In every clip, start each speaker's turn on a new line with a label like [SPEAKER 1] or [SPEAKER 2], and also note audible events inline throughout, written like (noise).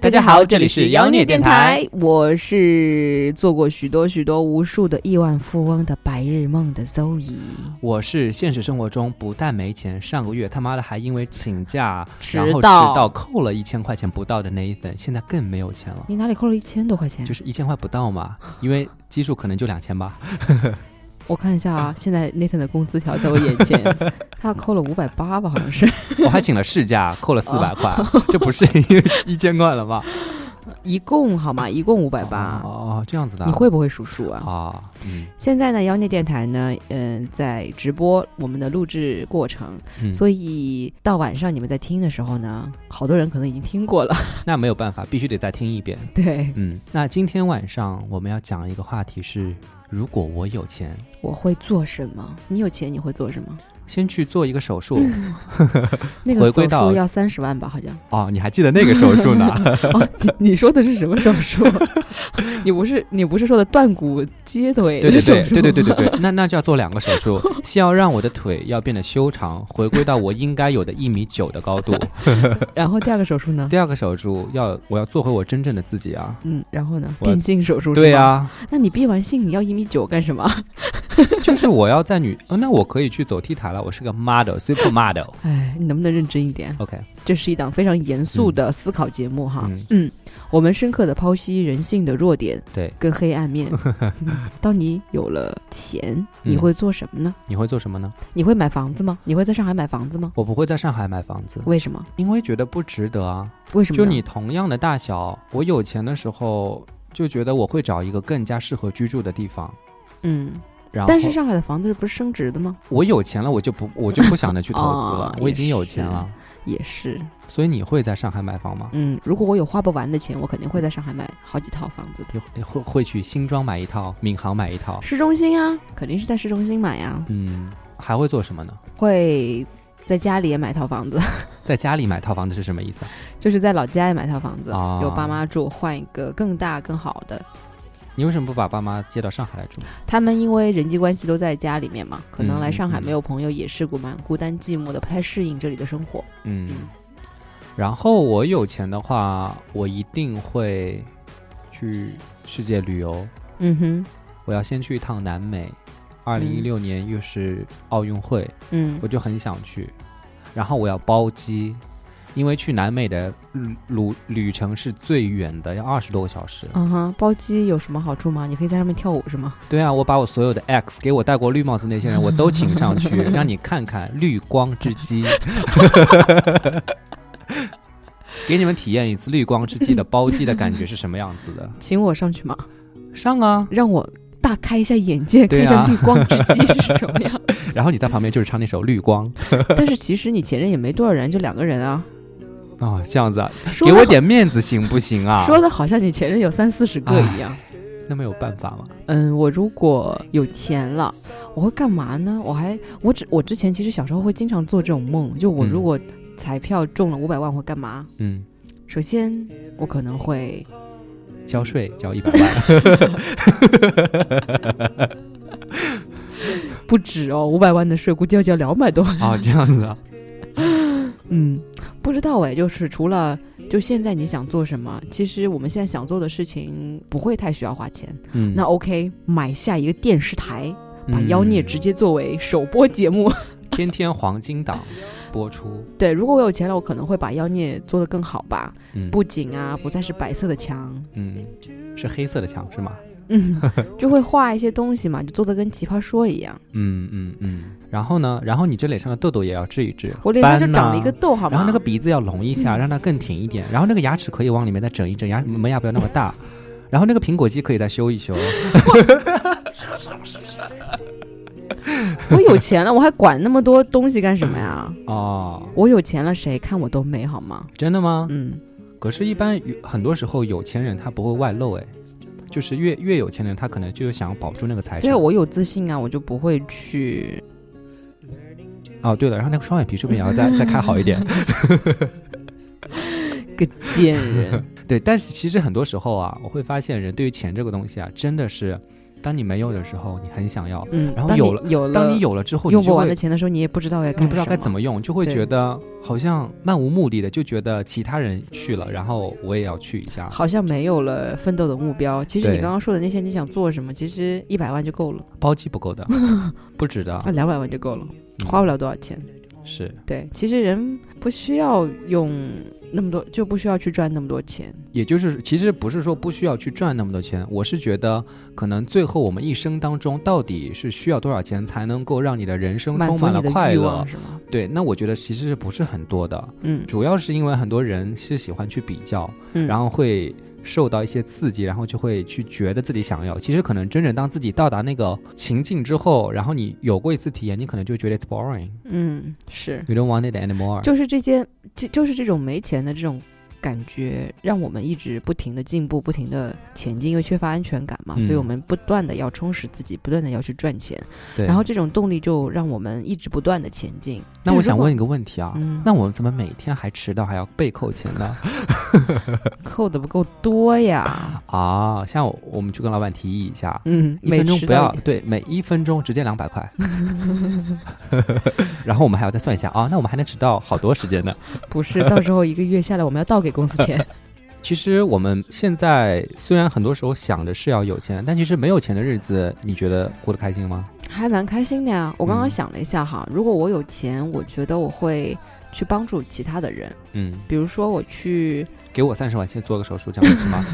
[SPEAKER 1] 大家好，这里是妖孽电台，
[SPEAKER 2] 我是做过许多许多无数的亿万富翁的白日梦的邹怡。
[SPEAKER 1] 我是现实生活中不但没钱，上个月他妈的还因为请假
[SPEAKER 2] 迟
[SPEAKER 1] 然后迟
[SPEAKER 2] 到
[SPEAKER 1] 到扣了一千块钱不到的 Nathan，现在更没有钱了，
[SPEAKER 2] 你哪里扣了一千多块钱
[SPEAKER 1] 就？是一千块不到嘛，因为基数可能就两千吧。 (laughs)
[SPEAKER 2] 我看一下啊，现在 Nathan 的工资条在我眼 (laughs) 前，他扣了五百八吧，好像是
[SPEAKER 1] 我还请了事假，扣了四百块，这不是一千块了吗？
[SPEAKER 2] (laughs) 一共好吗？一共五百八。
[SPEAKER 1] 哦，这样子的啊，
[SPEAKER 2] 你会不会数数啊？
[SPEAKER 1] 啊？嗯
[SPEAKER 2] 现在呢，妖孽电台呢，嗯、在直播我们的录制过程，
[SPEAKER 1] 嗯，
[SPEAKER 2] 所以到晚上你们在听的时候呢，好多人可能已经听 (laughs) 过了。
[SPEAKER 1] 那没有办法，必须得再听一遍。
[SPEAKER 2] 对，
[SPEAKER 1] 嗯，那今天晚上我们要讲一个话题是：如果我有钱，
[SPEAKER 2] 我会做什么？你有钱你会做什么？
[SPEAKER 1] 先去做一个手
[SPEAKER 2] (laughs)
[SPEAKER 1] 术。回
[SPEAKER 2] 那个手
[SPEAKER 1] 归到
[SPEAKER 2] 术要三十万吧，好像。 (laughs)
[SPEAKER 1] 哦，你还记得那个手术呢？
[SPEAKER 2] 哦，你你说 (laughs) 的是什么手术？你不是你不是说的断骨接腿
[SPEAKER 1] 对
[SPEAKER 2] 的
[SPEAKER 1] 对
[SPEAKER 2] 手
[SPEAKER 1] 对
[SPEAKER 2] 术
[SPEAKER 1] 对对对对对， (laughs) 那那就要做两个手
[SPEAKER 2] (laughs)
[SPEAKER 1] 术，先要让我的腿要变得修长，回归到我应该有的一米九的
[SPEAKER 2] (laughs)
[SPEAKER 1] 高度。
[SPEAKER 2] 对。 (laughs) 然后第二个手术呢？
[SPEAKER 1] 第二个手术要我要做回我真正的自己啊。
[SPEAKER 2] 嗯，然后呢？
[SPEAKER 1] 我
[SPEAKER 2] 变性手术？
[SPEAKER 1] 对。啊，
[SPEAKER 2] 那你变完性，你要一米九干什么？ (laughs)
[SPEAKER 1] 就是我要在女、呃那我可以去走 T 台了，我是个 model，super model。
[SPEAKER 2] 哎，你能不能认真一点？
[SPEAKER 1] OK，
[SPEAKER 2] 这是一档非常严肃的思考节目哈。
[SPEAKER 1] 嗯
[SPEAKER 2] 嗯，我们深刻的剖析人性的弱点
[SPEAKER 1] 对，
[SPEAKER 2] 跟黑暗
[SPEAKER 1] (laughs)
[SPEAKER 2] 面。嗯当你有了钱，你
[SPEAKER 1] 嗯
[SPEAKER 2] 会做什么呢？
[SPEAKER 1] 你会做什么呢？
[SPEAKER 2] 你会买房子吗？你会在上海买房子吗？
[SPEAKER 1] 我不会在上海买房子，
[SPEAKER 2] 为什么？
[SPEAKER 1] 因为觉得不值得啊。
[SPEAKER 2] 为什么
[SPEAKER 1] 就
[SPEAKER 2] 呢？
[SPEAKER 1] 你同样的大小，我有钱的时候就觉得我会找一个更加适合居住的地方。
[SPEAKER 2] 嗯，
[SPEAKER 1] 然后，
[SPEAKER 2] 但是上海的房子是不是升值的吗？
[SPEAKER 1] 我有钱了，我就不我就不想着去投资了，
[SPEAKER 2] (laughs) 哦
[SPEAKER 1] 我已经
[SPEAKER 2] 也
[SPEAKER 1] 有钱
[SPEAKER 2] 是
[SPEAKER 1] 了。
[SPEAKER 2] 也是，
[SPEAKER 1] 所以你会在上海买房吗？
[SPEAKER 2] 嗯，如果我有花不完的钱，我肯定会在上海买好几套房子的。
[SPEAKER 1] 你会会会去新庄买一套，闵行买一套，
[SPEAKER 2] 市中心啊，肯定是在市中心买啊，
[SPEAKER 1] 嗯，还会做什么呢？
[SPEAKER 2] 会在家里也买套房子， (laughs)
[SPEAKER 1] 在家里买套房子是什么意思啊？
[SPEAKER 2] 就是在老家也买套房子，
[SPEAKER 1] 哦
[SPEAKER 2] 有爸妈住，换一个更大更好的。
[SPEAKER 1] 你为什么不把爸妈接到上海来住？
[SPEAKER 2] 他们因为人际关系都在家里面嘛，可能
[SPEAKER 1] 嗯
[SPEAKER 2] 来上海
[SPEAKER 1] 嗯
[SPEAKER 2] 没有朋友，也是孤蛮孤单寂寞的，不太适应这里的生活。
[SPEAKER 1] 嗯，然后我有钱的话，我一定会去世界旅游。
[SPEAKER 2] 嗯哼，
[SPEAKER 1] 我要先去一趟南美，二零一六年又是奥运会，
[SPEAKER 2] 嗯
[SPEAKER 1] 我就很想去。然后我要包机，因为去南美的旅旅程是最远的，要二十多个小时。
[SPEAKER 2] 嗯哼，包机有什么好处吗？你可以在上面跳舞是吗？
[SPEAKER 1] 对啊，我把我所有的 X 给我戴过绿帽子那
[SPEAKER 2] (laughs)
[SPEAKER 1] 些人，我都请上去，让你看看绿光之
[SPEAKER 2] (laughs)
[SPEAKER 1] 击，给你们体验一次绿光之击的包机的感觉是什么样子的。
[SPEAKER 2] 请我上去吗？
[SPEAKER 1] 上啊，
[SPEAKER 2] 让我大开一下眼界，看
[SPEAKER 1] 对
[SPEAKER 2] 一下
[SPEAKER 1] 啊
[SPEAKER 2] 绿光之击是什么
[SPEAKER 1] (laughs)
[SPEAKER 2] 样。
[SPEAKER 1] 然后你在旁边就是唱那首《绿光》
[SPEAKER 2] 但是其实你前任也没多少人，就两个人啊。
[SPEAKER 1] 哦，这样子啊，
[SPEAKER 2] 说
[SPEAKER 1] 给
[SPEAKER 2] 得
[SPEAKER 1] 我
[SPEAKER 2] 好、
[SPEAKER 1] 点面子行不行啊？
[SPEAKER 2] 说的好像你前任有三四十个一样。
[SPEAKER 1] 那没有办法嘛。
[SPEAKER 2] 嗯，我如果有钱了，我会干嘛呢？我还我只我之前其实小时候会经常做这种梦，就我
[SPEAKER 1] 嗯
[SPEAKER 2] 如果彩票中了五百万会干嘛？
[SPEAKER 1] 嗯，
[SPEAKER 2] 首先我可能会
[SPEAKER 1] 交税交一百万，
[SPEAKER 2] (laughs) 不止哦，五百万的税估计要交两百多万。
[SPEAKER 1] 哦，这样子啊。
[SPEAKER 2] 嗯，不知道哎，就是除了就现在你想做什么，其实我们现在想做的事情不会太需要花钱。
[SPEAKER 1] 嗯，
[SPEAKER 2] 那 OK，买下一个电视台，把
[SPEAKER 1] 嗯
[SPEAKER 2] 妖孽直接作为首播节目。 (laughs)
[SPEAKER 1] 天天黄金档播出，
[SPEAKER 2] 对，如果我有钱了，我可能会把妖孽做得更好吧。
[SPEAKER 1] 嗯，
[SPEAKER 2] 布景啊，不再是白色
[SPEAKER 1] (laughs)
[SPEAKER 2] 的墙，
[SPEAKER 1] 嗯，是黑色的墙是吗？
[SPEAKER 2] 嗯，就会画一些东西嘛，就做得跟奇葩说一样。
[SPEAKER 1] 嗯嗯嗯。然后呢？然后你这脸上的痘痘也要治一治，
[SPEAKER 2] 我脸上就
[SPEAKER 1] 斑呐
[SPEAKER 2] 长了一个。痘，嗯好吗？
[SPEAKER 1] 然后那个鼻子要隆一下，让它更挺一点。然后那个牙齿可以往里面再整一整，牙门牙不要那么
[SPEAKER 2] (laughs)
[SPEAKER 1] 大。然后那个苹果肌可以再修一修。
[SPEAKER 2] (laughs) 我有钱了，我还管那么多东西干什么呀？
[SPEAKER 1] 哦，
[SPEAKER 2] 我有钱了，谁看我都美好吗？
[SPEAKER 1] 真的吗？
[SPEAKER 2] 嗯，
[SPEAKER 1] 可是，一般有很多时候有钱人他不会外露，哎，就是越越有钱人，他可能就是想要保住那个财产。
[SPEAKER 2] 对啊，我有自信啊，我就不会去。
[SPEAKER 1] 哦，对了，然后那个双眼皮是不是也要
[SPEAKER 2] 嗯
[SPEAKER 1] 再再开好一点？
[SPEAKER 2] (laughs) 个贱人，
[SPEAKER 1] (laughs) 对，但是其实很多时候啊，我会发现人对于钱这个东西啊，真的是当你没有的时候，你很想要，
[SPEAKER 2] 嗯，
[SPEAKER 1] 然后
[SPEAKER 2] 当
[SPEAKER 1] 有
[SPEAKER 2] 你有了，
[SPEAKER 1] 当你有了之后，
[SPEAKER 2] 用
[SPEAKER 1] 你就
[SPEAKER 2] 不完
[SPEAKER 1] 会
[SPEAKER 2] 的钱的时候，你也不知道该干
[SPEAKER 1] 你不知道该
[SPEAKER 2] 什
[SPEAKER 1] 怎么用，就会
[SPEAKER 2] 对
[SPEAKER 1] 觉得好像漫无目的的，就觉得其他人去了，然后我也要去一下。
[SPEAKER 2] 好像没有了奋斗的目标。其实你
[SPEAKER 1] 对
[SPEAKER 2] 刚刚说的那些，你想做什么，其实一百万就够了，
[SPEAKER 1] 包机不够
[SPEAKER 2] (laughs)
[SPEAKER 1] 的，不值得
[SPEAKER 2] 啊，，两百万就够了，
[SPEAKER 1] 嗯
[SPEAKER 2] 花不了多少钱。
[SPEAKER 1] 是
[SPEAKER 2] 对，其实人不需要用那么多，就不需要去赚那么多钱。
[SPEAKER 1] 也就是，其实不是说不需要去赚那么多钱，我是觉得，可能最后我们一生当中，到底是需要多少钱才能够让你的人生
[SPEAKER 2] 满
[SPEAKER 1] 充
[SPEAKER 2] 足
[SPEAKER 1] 满
[SPEAKER 2] 你
[SPEAKER 1] 了
[SPEAKER 2] 的
[SPEAKER 1] 快
[SPEAKER 2] 欲
[SPEAKER 1] 乐
[SPEAKER 2] 望？是吗？
[SPEAKER 1] 对，那我觉得其实是不是很多的，
[SPEAKER 2] 嗯
[SPEAKER 1] 主要是因为很多人是喜欢去比较，
[SPEAKER 2] 嗯，
[SPEAKER 1] 然后会受到一些刺激，然后就会去觉得自己想要。其实可能真正当自己到达那个情境之后，然后你有过一次体验，你可能就觉得 it's boring。
[SPEAKER 2] 嗯是，
[SPEAKER 1] You don't want it anymore。
[SPEAKER 2] 就是这些，这就是这种没钱的这种感觉，让我们一直不停的进步，不停的前进，因为缺乏安全感嘛，
[SPEAKER 1] 嗯
[SPEAKER 2] 所以我们不断的要充实自己，不断的要去赚钱，
[SPEAKER 1] 对。
[SPEAKER 2] 然后，这种动力就让我们一直不断的前进。
[SPEAKER 1] 那
[SPEAKER 2] 就
[SPEAKER 1] 我
[SPEAKER 2] 如
[SPEAKER 1] 想
[SPEAKER 2] 果
[SPEAKER 1] 问一个问题啊，
[SPEAKER 2] 嗯
[SPEAKER 1] 那我们怎么每天还迟到，还要被扣钱呢？
[SPEAKER 2] 扣的不够多呀，
[SPEAKER 1] 啊，像我我们去跟老板提议一下，
[SPEAKER 2] (clears throat) 嗯，
[SPEAKER 1] 一分钟
[SPEAKER 2] 每迟
[SPEAKER 1] 不
[SPEAKER 2] 到
[SPEAKER 1] 要
[SPEAKER 2] 一
[SPEAKER 1] 对，每一分钟直接两百块。 (laughs) 然后我们还要再算一下啊，那我们还能迟到好多时间呢。
[SPEAKER 2] 不是，到时候一个月下来我们要倒给公司
[SPEAKER 1] (laughs)
[SPEAKER 2] 钱。
[SPEAKER 1] 其实我们现在虽然很多时候想着是要有钱，但其实没有钱的日子，你觉得过得开心吗？
[SPEAKER 2] 还蛮开心的呀。我刚刚
[SPEAKER 1] 嗯
[SPEAKER 2] 想了一下哈，如果我有钱，我觉得我会去帮助其他的人，
[SPEAKER 1] 嗯，
[SPEAKER 2] 比如说我去
[SPEAKER 1] 给我三十万先做个手术，这样
[SPEAKER 2] (laughs)
[SPEAKER 1] 是吗？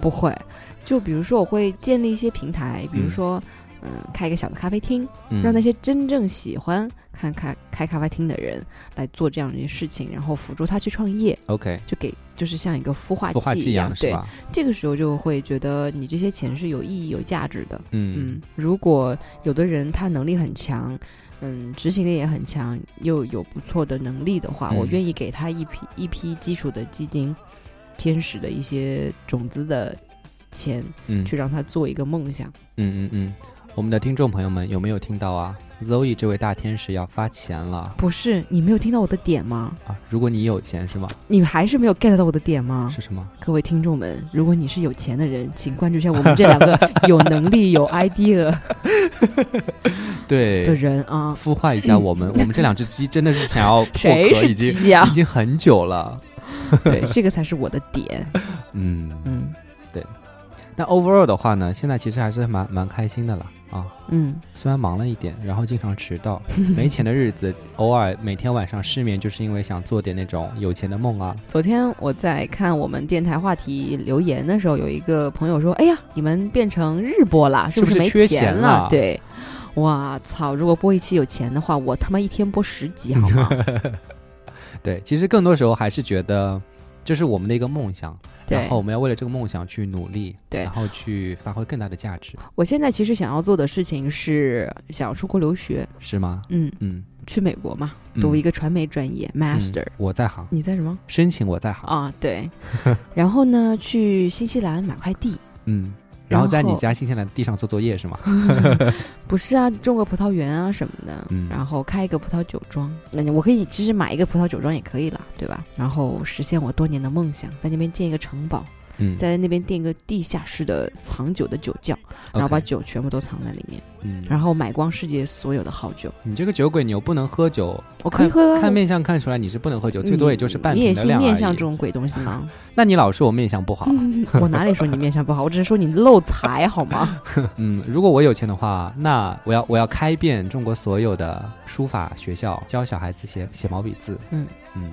[SPEAKER 2] 不会，就比如说我会建立一些平台，比如
[SPEAKER 1] 嗯
[SPEAKER 2] 说。嗯，开一个小的咖啡厅，
[SPEAKER 1] 嗯
[SPEAKER 2] 让那些真正喜欢看开开咖啡厅的人来做这样一件事情，然后辅助他去创业，
[SPEAKER 1] OK
[SPEAKER 2] 就给就是像一个孵化
[SPEAKER 1] 孵化器
[SPEAKER 2] 器
[SPEAKER 1] 一样是
[SPEAKER 2] 啊对，
[SPEAKER 1] 吧？
[SPEAKER 2] 这个时候就会觉得你这些钱是有意义、有价值的。
[SPEAKER 1] 嗯
[SPEAKER 2] 嗯，如果有的人他能力很强，嗯，执行力也很强，又有不错的能力的话，我
[SPEAKER 1] 嗯
[SPEAKER 2] 愿意给他一批一批基础的基金，天使的一些种子的钱，
[SPEAKER 1] 嗯
[SPEAKER 2] 去让他做一个梦想。
[SPEAKER 1] 嗯嗯嗯，我们的听众朋友们有没有听到啊？Zoe 这位大天使要发钱了
[SPEAKER 2] 不是你没有听到我的点吗？
[SPEAKER 1] 啊！如果你有钱是吗？
[SPEAKER 2] 你还是没有 get 到我的点吗？
[SPEAKER 1] 是什么？
[SPEAKER 2] 各位听众们，如果你是有钱的人，请关注一下我们这两
[SPEAKER 1] (laughs)
[SPEAKER 2] 个有能力、有 idea
[SPEAKER 1] 对
[SPEAKER 2] 的人啊。
[SPEAKER 1] 孵化一下我
[SPEAKER 2] (laughs)
[SPEAKER 1] 们，我们这两只鸡真的是想要破
[SPEAKER 2] 谁
[SPEAKER 1] 壳，
[SPEAKER 2] 是
[SPEAKER 1] 已经
[SPEAKER 2] 鸡啊
[SPEAKER 1] (laughs) 已？经很久了。
[SPEAKER 2] 对，这个才是我的点。
[SPEAKER 1] (laughs) 嗯，
[SPEAKER 2] 嗯
[SPEAKER 1] 那 overall 的话呢，现在其实还是蛮蛮开心的了啊。
[SPEAKER 2] 嗯，
[SPEAKER 1] 虽然忙了一点，然后经常迟
[SPEAKER 2] (laughs)
[SPEAKER 1] 到，没钱的日子，偶尔每天晚上失眠，就是因为想做点那种有钱的梦啊。
[SPEAKER 2] 昨天我在看我们电台话题留言的时候，有一个朋友说：“哎呀，你们变成日播了，
[SPEAKER 1] 是
[SPEAKER 2] 不
[SPEAKER 1] 不
[SPEAKER 2] 是
[SPEAKER 1] 是
[SPEAKER 2] 没
[SPEAKER 1] 缺
[SPEAKER 2] 钱
[SPEAKER 1] 钱
[SPEAKER 2] 了？”
[SPEAKER 1] 了
[SPEAKER 2] 对，哇操！如果播一期有钱的话，我他妈一天播十集好
[SPEAKER 1] (laughs)
[SPEAKER 2] 吗？
[SPEAKER 1] 对，其实更多时候还是觉得这是我们的一个梦想，然
[SPEAKER 2] 对
[SPEAKER 1] 后，我们要为了这个梦想去努力，
[SPEAKER 2] 对
[SPEAKER 1] 然后去发挥更大的价值，
[SPEAKER 2] 我现在其实想要做的事情是想要出国留学，
[SPEAKER 1] 是吗？
[SPEAKER 2] 嗯，
[SPEAKER 1] 嗯，
[SPEAKER 2] 去美国嘛，读一
[SPEAKER 1] 个
[SPEAKER 2] 个传媒专业、master。
[SPEAKER 1] 嗯我在行，
[SPEAKER 2] 你在什么？
[SPEAKER 1] 申请我在行，
[SPEAKER 2] 啊，对。然后呢，去新西兰买块地，
[SPEAKER 1] 嗯，然后在
[SPEAKER 2] 然
[SPEAKER 1] 你
[SPEAKER 2] 后
[SPEAKER 1] 家新西兰的地上做作业是吗？
[SPEAKER 2] 不是啊，种个葡萄园啊什么的，
[SPEAKER 1] 嗯
[SPEAKER 2] 然后开一个葡萄酒庄。那我可以其实买一个葡萄酒庄也可以了，对吧？然后实现我多年的梦想，在那边建一个城堡，
[SPEAKER 1] 嗯，
[SPEAKER 2] 在那边建一个地下室的藏酒的酒窖，然后
[SPEAKER 1] OK，
[SPEAKER 2] 把酒全部都藏在里面，
[SPEAKER 1] 嗯，
[SPEAKER 2] 然后买光世界所有的好酒。
[SPEAKER 1] 你这个酒鬼牛不能喝酒，
[SPEAKER 2] 我可以喝啊，
[SPEAKER 1] 看面相看出来你是不能喝酒，
[SPEAKER 2] 我
[SPEAKER 1] 最多也就是半
[SPEAKER 2] 你你
[SPEAKER 1] 瓶
[SPEAKER 2] 也
[SPEAKER 1] 的
[SPEAKER 2] 信
[SPEAKER 1] 量而已。
[SPEAKER 2] 面相嗯这种鬼东西吗？ (laughs)
[SPEAKER 1] 那你老说我面相不好，
[SPEAKER 2] 我哪里说你面相不好，我只是说你漏财好吗？
[SPEAKER 1] 嗯，如果我有钱的话，那我要我要开遍中国所有的书法学校，教小孩子写写毛笔字。
[SPEAKER 2] 嗯
[SPEAKER 1] 嗯，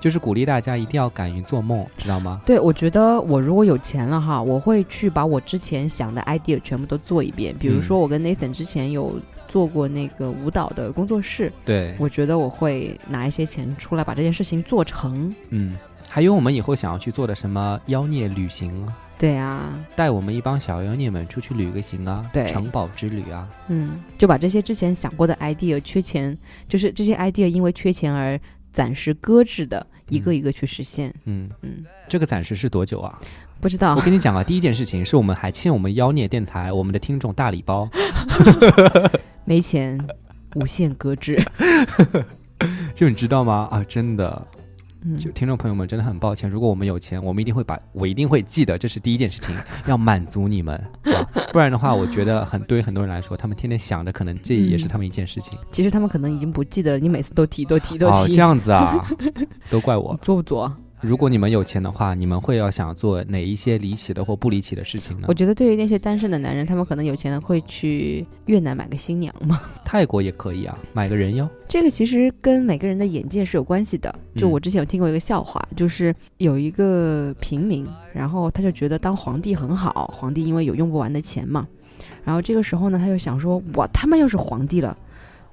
[SPEAKER 1] 就是鼓励大家一定要敢于做梦，知道吗？
[SPEAKER 2] 对，我觉得我如果有钱了哈，我会去把我之前想的 idea 全部都做一遍。
[SPEAKER 1] 嗯
[SPEAKER 2] 比如说，我跟 Nathan 之前有做过那个舞蹈的工作室，
[SPEAKER 1] 对，
[SPEAKER 2] 嗯我觉得我会拿一些钱出来把这件事情做成。
[SPEAKER 1] 嗯，还有我们以后想要去做的什么妖孽旅行啊，
[SPEAKER 2] 对啊，
[SPEAKER 1] 带我们一帮小妖孽们出去旅个行啊，
[SPEAKER 2] 对
[SPEAKER 1] 城堡之旅啊，
[SPEAKER 2] 嗯，就把这些之前想过的 idea 缺钱，就是这些 idea 因为缺钱而暂时搁置的，一个
[SPEAKER 1] 嗯
[SPEAKER 2] 一个去实现。
[SPEAKER 1] 嗯，
[SPEAKER 2] 嗯，
[SPEAKER 1] 这个暂时是多久啊？
[SPEAKER 2] 不知道
[SPEAKER 1] 我跟你讲啊，第一件事情是我们还欠我们妖孽电台我们的听众大礼包，
[SPEAKER 2] 没
[SPEAKER 1] (laughs)
[SPEAKER 2] 钱，无限搁置。
[SPEAKER 1] 就你知道吗？啊，真的，
[SPEAKER 2] 嗯
[SPEAKER 1] 就听众朋友们，真的很抱歉，如果我们有钱，我们一定会把我一定会记得，这是第一件事情，
[SPEAKER 2] (laughs)
[SPEAKER 1] 要满足你们，啊、不然的话，我觉得很对于很多人来说，他们天天想着，可能这也
[SPEAKER 2] 嗯
[SPEAKER 1] 是他们一件事情。
[SPEAKER 2] 其实他们可能已经不记得了，你每次都提都提都
[SPEAKER 1] 哦，
[SPEAKER 2] 提，
[SPEAKER 1] 这样子
[SPEAKER 2] (laughs)
[SPEAKER 1] 啊，都怪我
[SPEAKER 2] 你。做不做？
[SPEAKER 1] 如果你们有钱的话，你们会要想做哪一些离奇的或不离奇的事情呢
[SPEAKER 2] 我？觉得对于那些单身的男人，他们可能有钱了会去越南买个新娘嘛。 (laughs)
[SPEAKER 1] 泰国也可以啊，买个人妖。
[SPEAKER 2] 这个其实跟每个人的眼界是有关系的。就
[SPEAKER 1] 嗯
[SPEAKER 2] 我之前有听过一个笑话，就是有一个平民，然后他就觉得当皇帝很好，皇帝因为有用不完的钱嘛。然后这个时候呢，他就想说，我他妈要是皇帝了，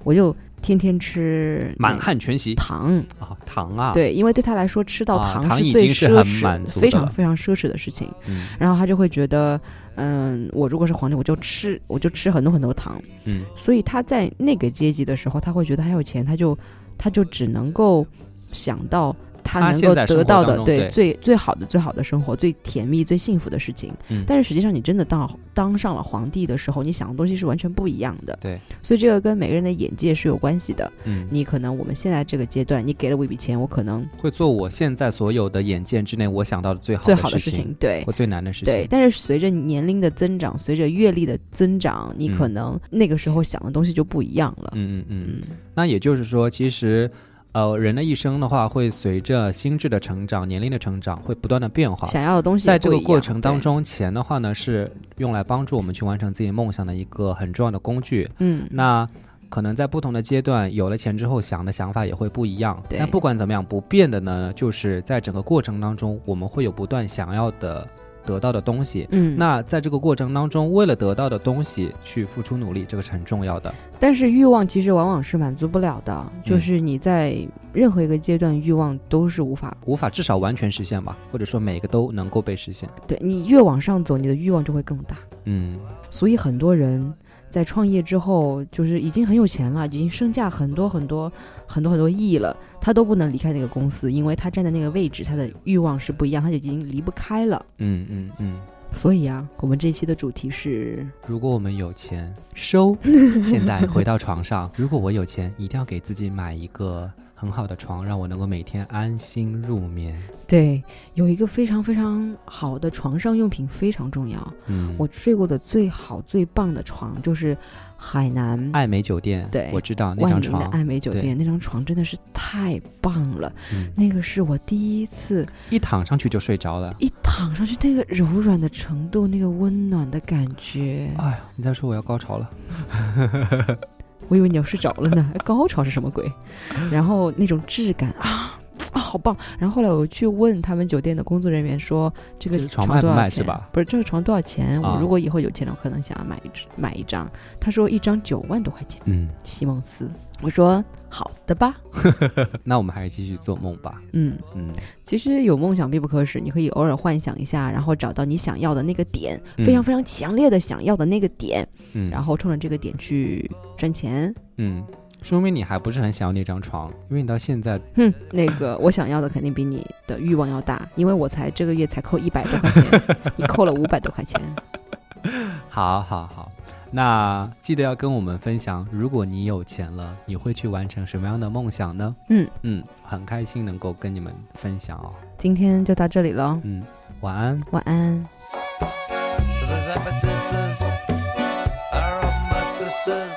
[SPEAKER 2] 我就天天吃
[SPEAKER 1] 满
[SPEAKER 2] 那
[SPEAKER 1] 汉全席
[SPEAKER 2] 糖，
[SPEAKER 1] 啊，糖啊，，
[SPEAKER 2] 对，因为对他来说，吃到
[SPEAKER 1] 啊
[SPEAKER 2] 糖
[SPEAKER 1] 糖已
[SPEAKER 2] 是最
[SPEAKER 1] 经是
[SPEAKER 2] 奢
[SPEAKER 1] 很
[SPEAKER 2] 侈、
[SPEAKER 1] 满足
[SPEAKER 2] 非
[SPEAKER 1] 的
[SPEAKER 2] 常
[SPEAKER 1] 了
[SPEAKER 2] 非常奢侈的事情。
[SPEAKER 1] 嗯
[SPEAKER 2] 然后他就会觉得，嗯，我如果是皇帝，我就吃，我就吃很多很多糖。
[SPEAKER 1] 嗯，
[SPEAKER 2] 所以他在那个阶级的时候，他会觉得他有钱，他就他就只能够想到
[SPEAKER 1] 他
[SPEAKER 2] 他能
[SPEAKER 1] 现
[SPEAKER 2] 够
[SPEAKER 1] 在生
[SPEAKER 2] 得
[SPEAKER 1] 活
[SPEAKER 2] 到
[SPEAKER 1] 当
[SPEAKER 2] 的
[SPEAKER 1] 中，对
[SPEAKER 2] 最最好的最好的生活，最甜蜜、最幸福的事情。
[SPEAKER 1] 嗯
[SPEAKER 2] 但是实际上，你真的当当上了皇帝的时候，你想的东西是完全不一样的。
[SPEAKER 1] 对，
[SPEAKER 2] 所以这个跟每个人的眼界是有关系的。
[SPEAKER 1] 嗯，
[SPEAKER 2] 你可能我们现在这个阶段，你给了我一笔钱，我可能
[SPEAKER 1] 会做我现在所有的眼见之内我想到的最好
[SPEAKER 2] 最好的
[SPEAKER 1] 事
[SPEAKER 2] 事情，对，
[SPEAKER 1] 或最难的事情。
[SPEAKER 2] 对，但是随着年龄的增长，随着阅历的增长，你可
[SPEAKER 1] 嗯
[SPEAKER 2] 能那个时候想的东西就不一样了。
[SPEAKER 1] 嗯嗯嗯。
[SPEAKER 2] 嗯，
[SPEAKER 1] 那也就是说，其实，呃，人的一生的话，会随着心智的成长、年龄的成长，会不断的变化。
[SPEAKER 2] 想要的东西
[SPEAKER 1] 在
[SPEAKER 2] 也
[SPEAKER 1] 这
[SPEAKER 2] 不
[SPEAKER 1] 个
[SPEAKER 2] 一
[SPEAKER 1] 过
[SPEAKER 2] 样
[SPEAKER 1] 程当，中，钱的话呢，是用来帮助我们去完成自己梦想的一个很重要的工具。
[SPEAKER 2] 对嗯，
[SPEAKER 1] 那可能在不同的阶段，有了钱之后想的想法也会不一样。
[SPEAKER 2] 对
[SPEAKER 1] 但不管怎么样，不变的呢，就是在整个过程当中，我们会有不断想要的得到的东西。
[SPEAKER 2] 嗯，
[SPEAKER 1] 那在这个过程当中，为了得到的东西去付出努力，这个是很重要的。
[SPEAKER 2] 但是欲望其实往往是满足不了的，就
[SPEAKER 1] 嗯
[SPEAKER 2] 是你在任何一个阶段，欲望都是无法
[SPEAKER 1] 无法至少完全实现吧，或者说每个都能够被实现。
[SPEAKER 2] 对你越往上走，你的欲望就会更大。
[SPEAKER 1] 嗯，
[SPEAKER 2] 所以很多人在创业之后，就是已经很有钱了，已经身价很多很多很多很多亿了，他都不能离开那个公司，因为他站在那个位置，他的欲望是不一样，他就已经离不开了。
[SPEAKER 1] 嗯嗯嗯，
[SPEAKER 2] 所以啊，我们这一期的主题是，
[SPEAKER 1] 如果我们有钱
[SPEAKER 2] (laughs)
[SPEAKER 1] 收，现在回到床上。如果我有钱，一定要给自己买一个很好的床，让我能够每天安心入眠。
[SPEAKER 2] 对，有一个非常非常好的床上用品非常重要。
[SPEAKER 1] 嗯，
[SPEAKER 2] 我睡过的最好最棒的床就是海南
[SPEAKER 1] 爱美酒店，
[SPEAKER 2] 对
[SPEAKER 1] 我知道那
[SPEAKER 2] 万
[SPEAKER 1] 张
[SPEAKER 2] 宁的
[SPEAKER 1] 床，
[SPEAKER 2] 爱美酒店，那张床真的是太棒了。
[SPEAKER 1] 嗯，
[SPEAKER 2] 那个是我第一次
[SPEAKER 1] 一躺上去就睡着了。
[SPEAKER 2] 一躺上去，那个柔软的程度，那个温暖的感觉，
[SPEAKER 1] 哎呀，你再说我要高潮了。
[SPEAKER 2] 我以为你要睡着了 (laughs) 呢。高潮是什么鬼？然后那种质感啊。啊、好棒！然后后来我去问他们酒店的工作人员说，这个
[SPEAKER 1] 这个床
[SPEAKER 2] 床
[SPEAKER 1] 卖不
[SPEAKER 2] 多少
[SPEAKER 1] 卖
[SPEAKER 2] 钱？
[SPEAKER 1] 是吧
[SPEAKER 2] 不是这个床多少钱？
[SPEAKER 1] 啊
[SPEAKER 2] 我如果以后有钱了，我可能想要买一只买一张。他说一张九万多块钱，
[SPEAKER 1] 嗯，
[SPEAKER 2] 西蒙斯。我说好的吧，
[SPEAKER 1] 那我们还是继续做梦吧。
[SPEAKER 2] 嗯，
[SPEAKER 1] 嗯，
[SPEAKER 2] 其实有梦想必不可耻，你可以偶尔幻想一下，然后找到你想要的那个点，
[SPEAKER 1] 嗯
[SPEAKER 2] 非常非常强烈的想要的那个点，
[SPEAKER 1] 嗯，
[SPEAKER 2] 然
[SPEAKER 1] 后
[SPEAKER 2] 后冲着这个点去赚钱。
[SPEAKER 1] 嗯，说明你还不是很想要那张床，因为你到现在
[SPEAKER 2] 哼，那个我想要的肯定比你的欲望要大，因为我才这个月才扣一百多块钱， (laughs) 你扣了五百多块钱。
[SPEAKER 1] 好好好，那记得要跟我们分享，如果你有钱了，你会去完成什么样的梦想呢？
[SPEAKER 2] 嗯
[SPEAKER 1] 嗯，很开心能够跟你们分享哦。
[SPEAKER 2] 今天就到这里喽，
[SPEAKER 1] 嗯，晚安。
[SPEAKER 2] 晚安。
[SPEAKER 3] Cause the Zapatistas are of my sisters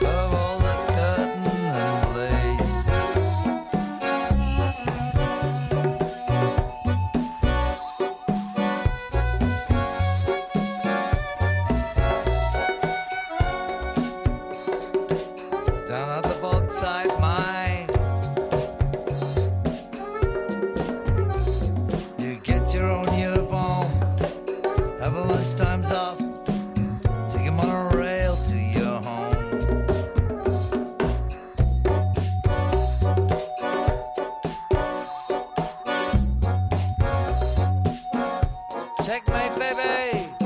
[SPEAKER 3] of all the cotton and lace. Down at the boat side, mine, you get your own uniform. Have a lunchtime's off. Take a monorail to your home. Checkmate, baby.